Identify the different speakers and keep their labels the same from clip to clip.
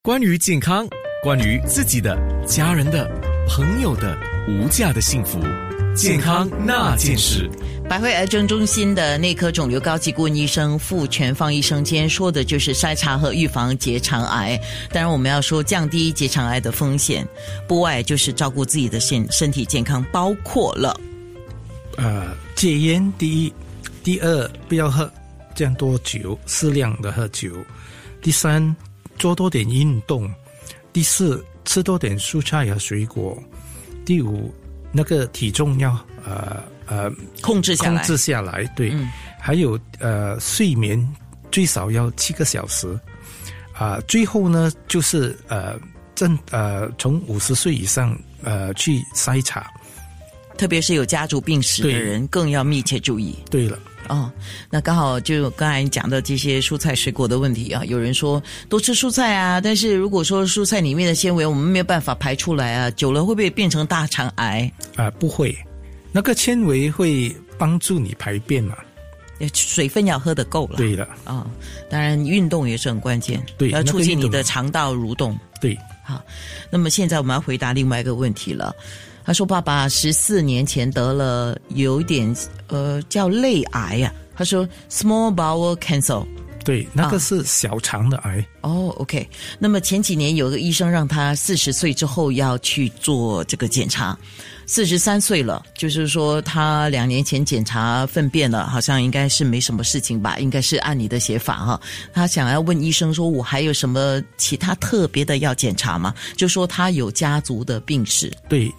Speaker 1: 关于健康，关于自己的、家人的、朋友的无价的幸福，健康那件事。
Speaker 2: 百惠癌症中心的内科肿瘤高级顾问医生傅全芳医生今天说的就是筛查和预防结肠癌。当然，我们要说降低结肠癌的风险，不外就是照顾自己的身身体健康，包括了
Speaker 3: 呃，戒烟第一，第二不要喝这样多酒，适量的喝酒。第三，做多点运动。第四，吃多点蔬菜和水果。第五，那个体重要呃呃
Speaker 2: 控制下
Speaker 3: 控
Speaker 2: 来。
Speaker 3: 制下来，对。
Speaker 2: 嗯
Speaker 3: 还有呃，睡眠最少要七个小时。啊、最后呢，就是呃，正呃，从五十岁以上呃去筛查。
Speaker 2: 特别是有家族病史的
Speaker 3: 对
Speaker 2: 人，更要密切注意。
Speaker 3: 对了，
Speaker 2: 哦，那刚好就刚才讲到这些蔬菜水果的问题啊，有人说多吃蔬菜啊，但是如果说蔬菜里面的纤维我们没有办法排出来啊，久了会不会变成大肠癌？
Speaker 3: 啊、不会，那个纤维会帮助你排便嘛？
Speaker 2: 水分要喝得够了。
Speaker 3: 对了，
Speaker 2: 啊、当然运动也是很关键，
Speaker 3: 对
Speaker 2: 要
Speaker 3: 那
Speaker 2: 促
Speaker 3: 个
Speaker 2: 进
Speaker 3: 运
Speaker 2: 你
Speaker 3: 动
Speaker 2: 的肠道蠕动。
Speaker 3: 对，
Speaker 2: 好，那么现在我们要回答另外一个问题了。他说：“爸爸十四年前得了有一点呃叫类癌呀、他说 small bowel cancer，
Speaker 3: 对，那
Speaker 2: 啊
Speaker 3: 个是小肠的癌，
Speaker 2: 哦、o k 那么前几年有个医生让他四十岁之后要去做这个检查，四十三岁了，就是说他两年前检查粪便了，好像应该是没什么事情吧，应该是按你的写法哈。他想要问医生说，我还有什么其他特别的要检查吗？就说他有家族的病史，
Speaker 3: 对。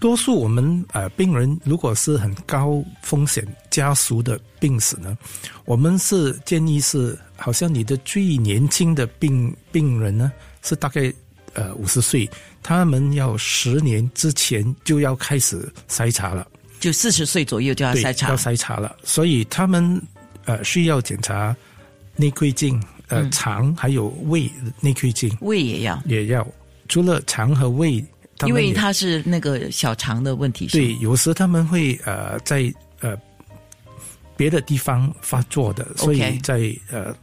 Speaker 3: 多数我们呃病人如果是很高风险家属的病史呢，我们是建议是，好像你的最年轻的病病人呢是大概呃五十岁，他们要十年之前就要开始筛查了。
Speaker 2: 就四十岁左右就要
Speaker 3: 对，
Speaker 2: 筛查
Speaker 3: 要，筛查了，所以他们呃需要检查内窥镜、呃、
Speaker 2: 嗯
Speaker 3: 肠还有胃内窥镜
Speaker 2: 胃也要，
Speaker 3: 也要，除了肠和胃，他
Speaker 2: 因
Speaker 3: 们
Speaker 2: 为
Speaker 3: 也
Speaker 2: 他是那个小肠的问题，是吗
Speaker 3: 对有时他们会呃在呃别的地方发作的，所以
Speaker 2: OK
Speaker 3: 在呃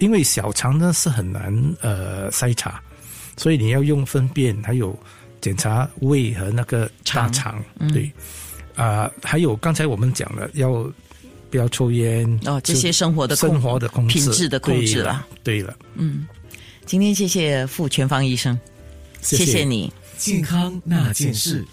Speaker 3: 因为小肠呢是很难呃筛查，所以你要用粪便还有检查胃和那个大
Speaker 2: 肠嗯
Speaker 3: 肠，对啊、还有刚才我们讲了要不要抽烟
Speaker 2: 哦，这
Speaker 3: 吃
Speaker 2: 些生活的控
Speaker 3: 生活的控制、
Speaker 2: 品质的控制
Speaker 3: 对
Speaker 2: 啊
Speaker 3: 了。对了，
Speaker 2: 今天谢谢傅全芳医生，
Speaker 3: 谢
Speaker 2: 谢你。
Speaker 1: 健康那件事，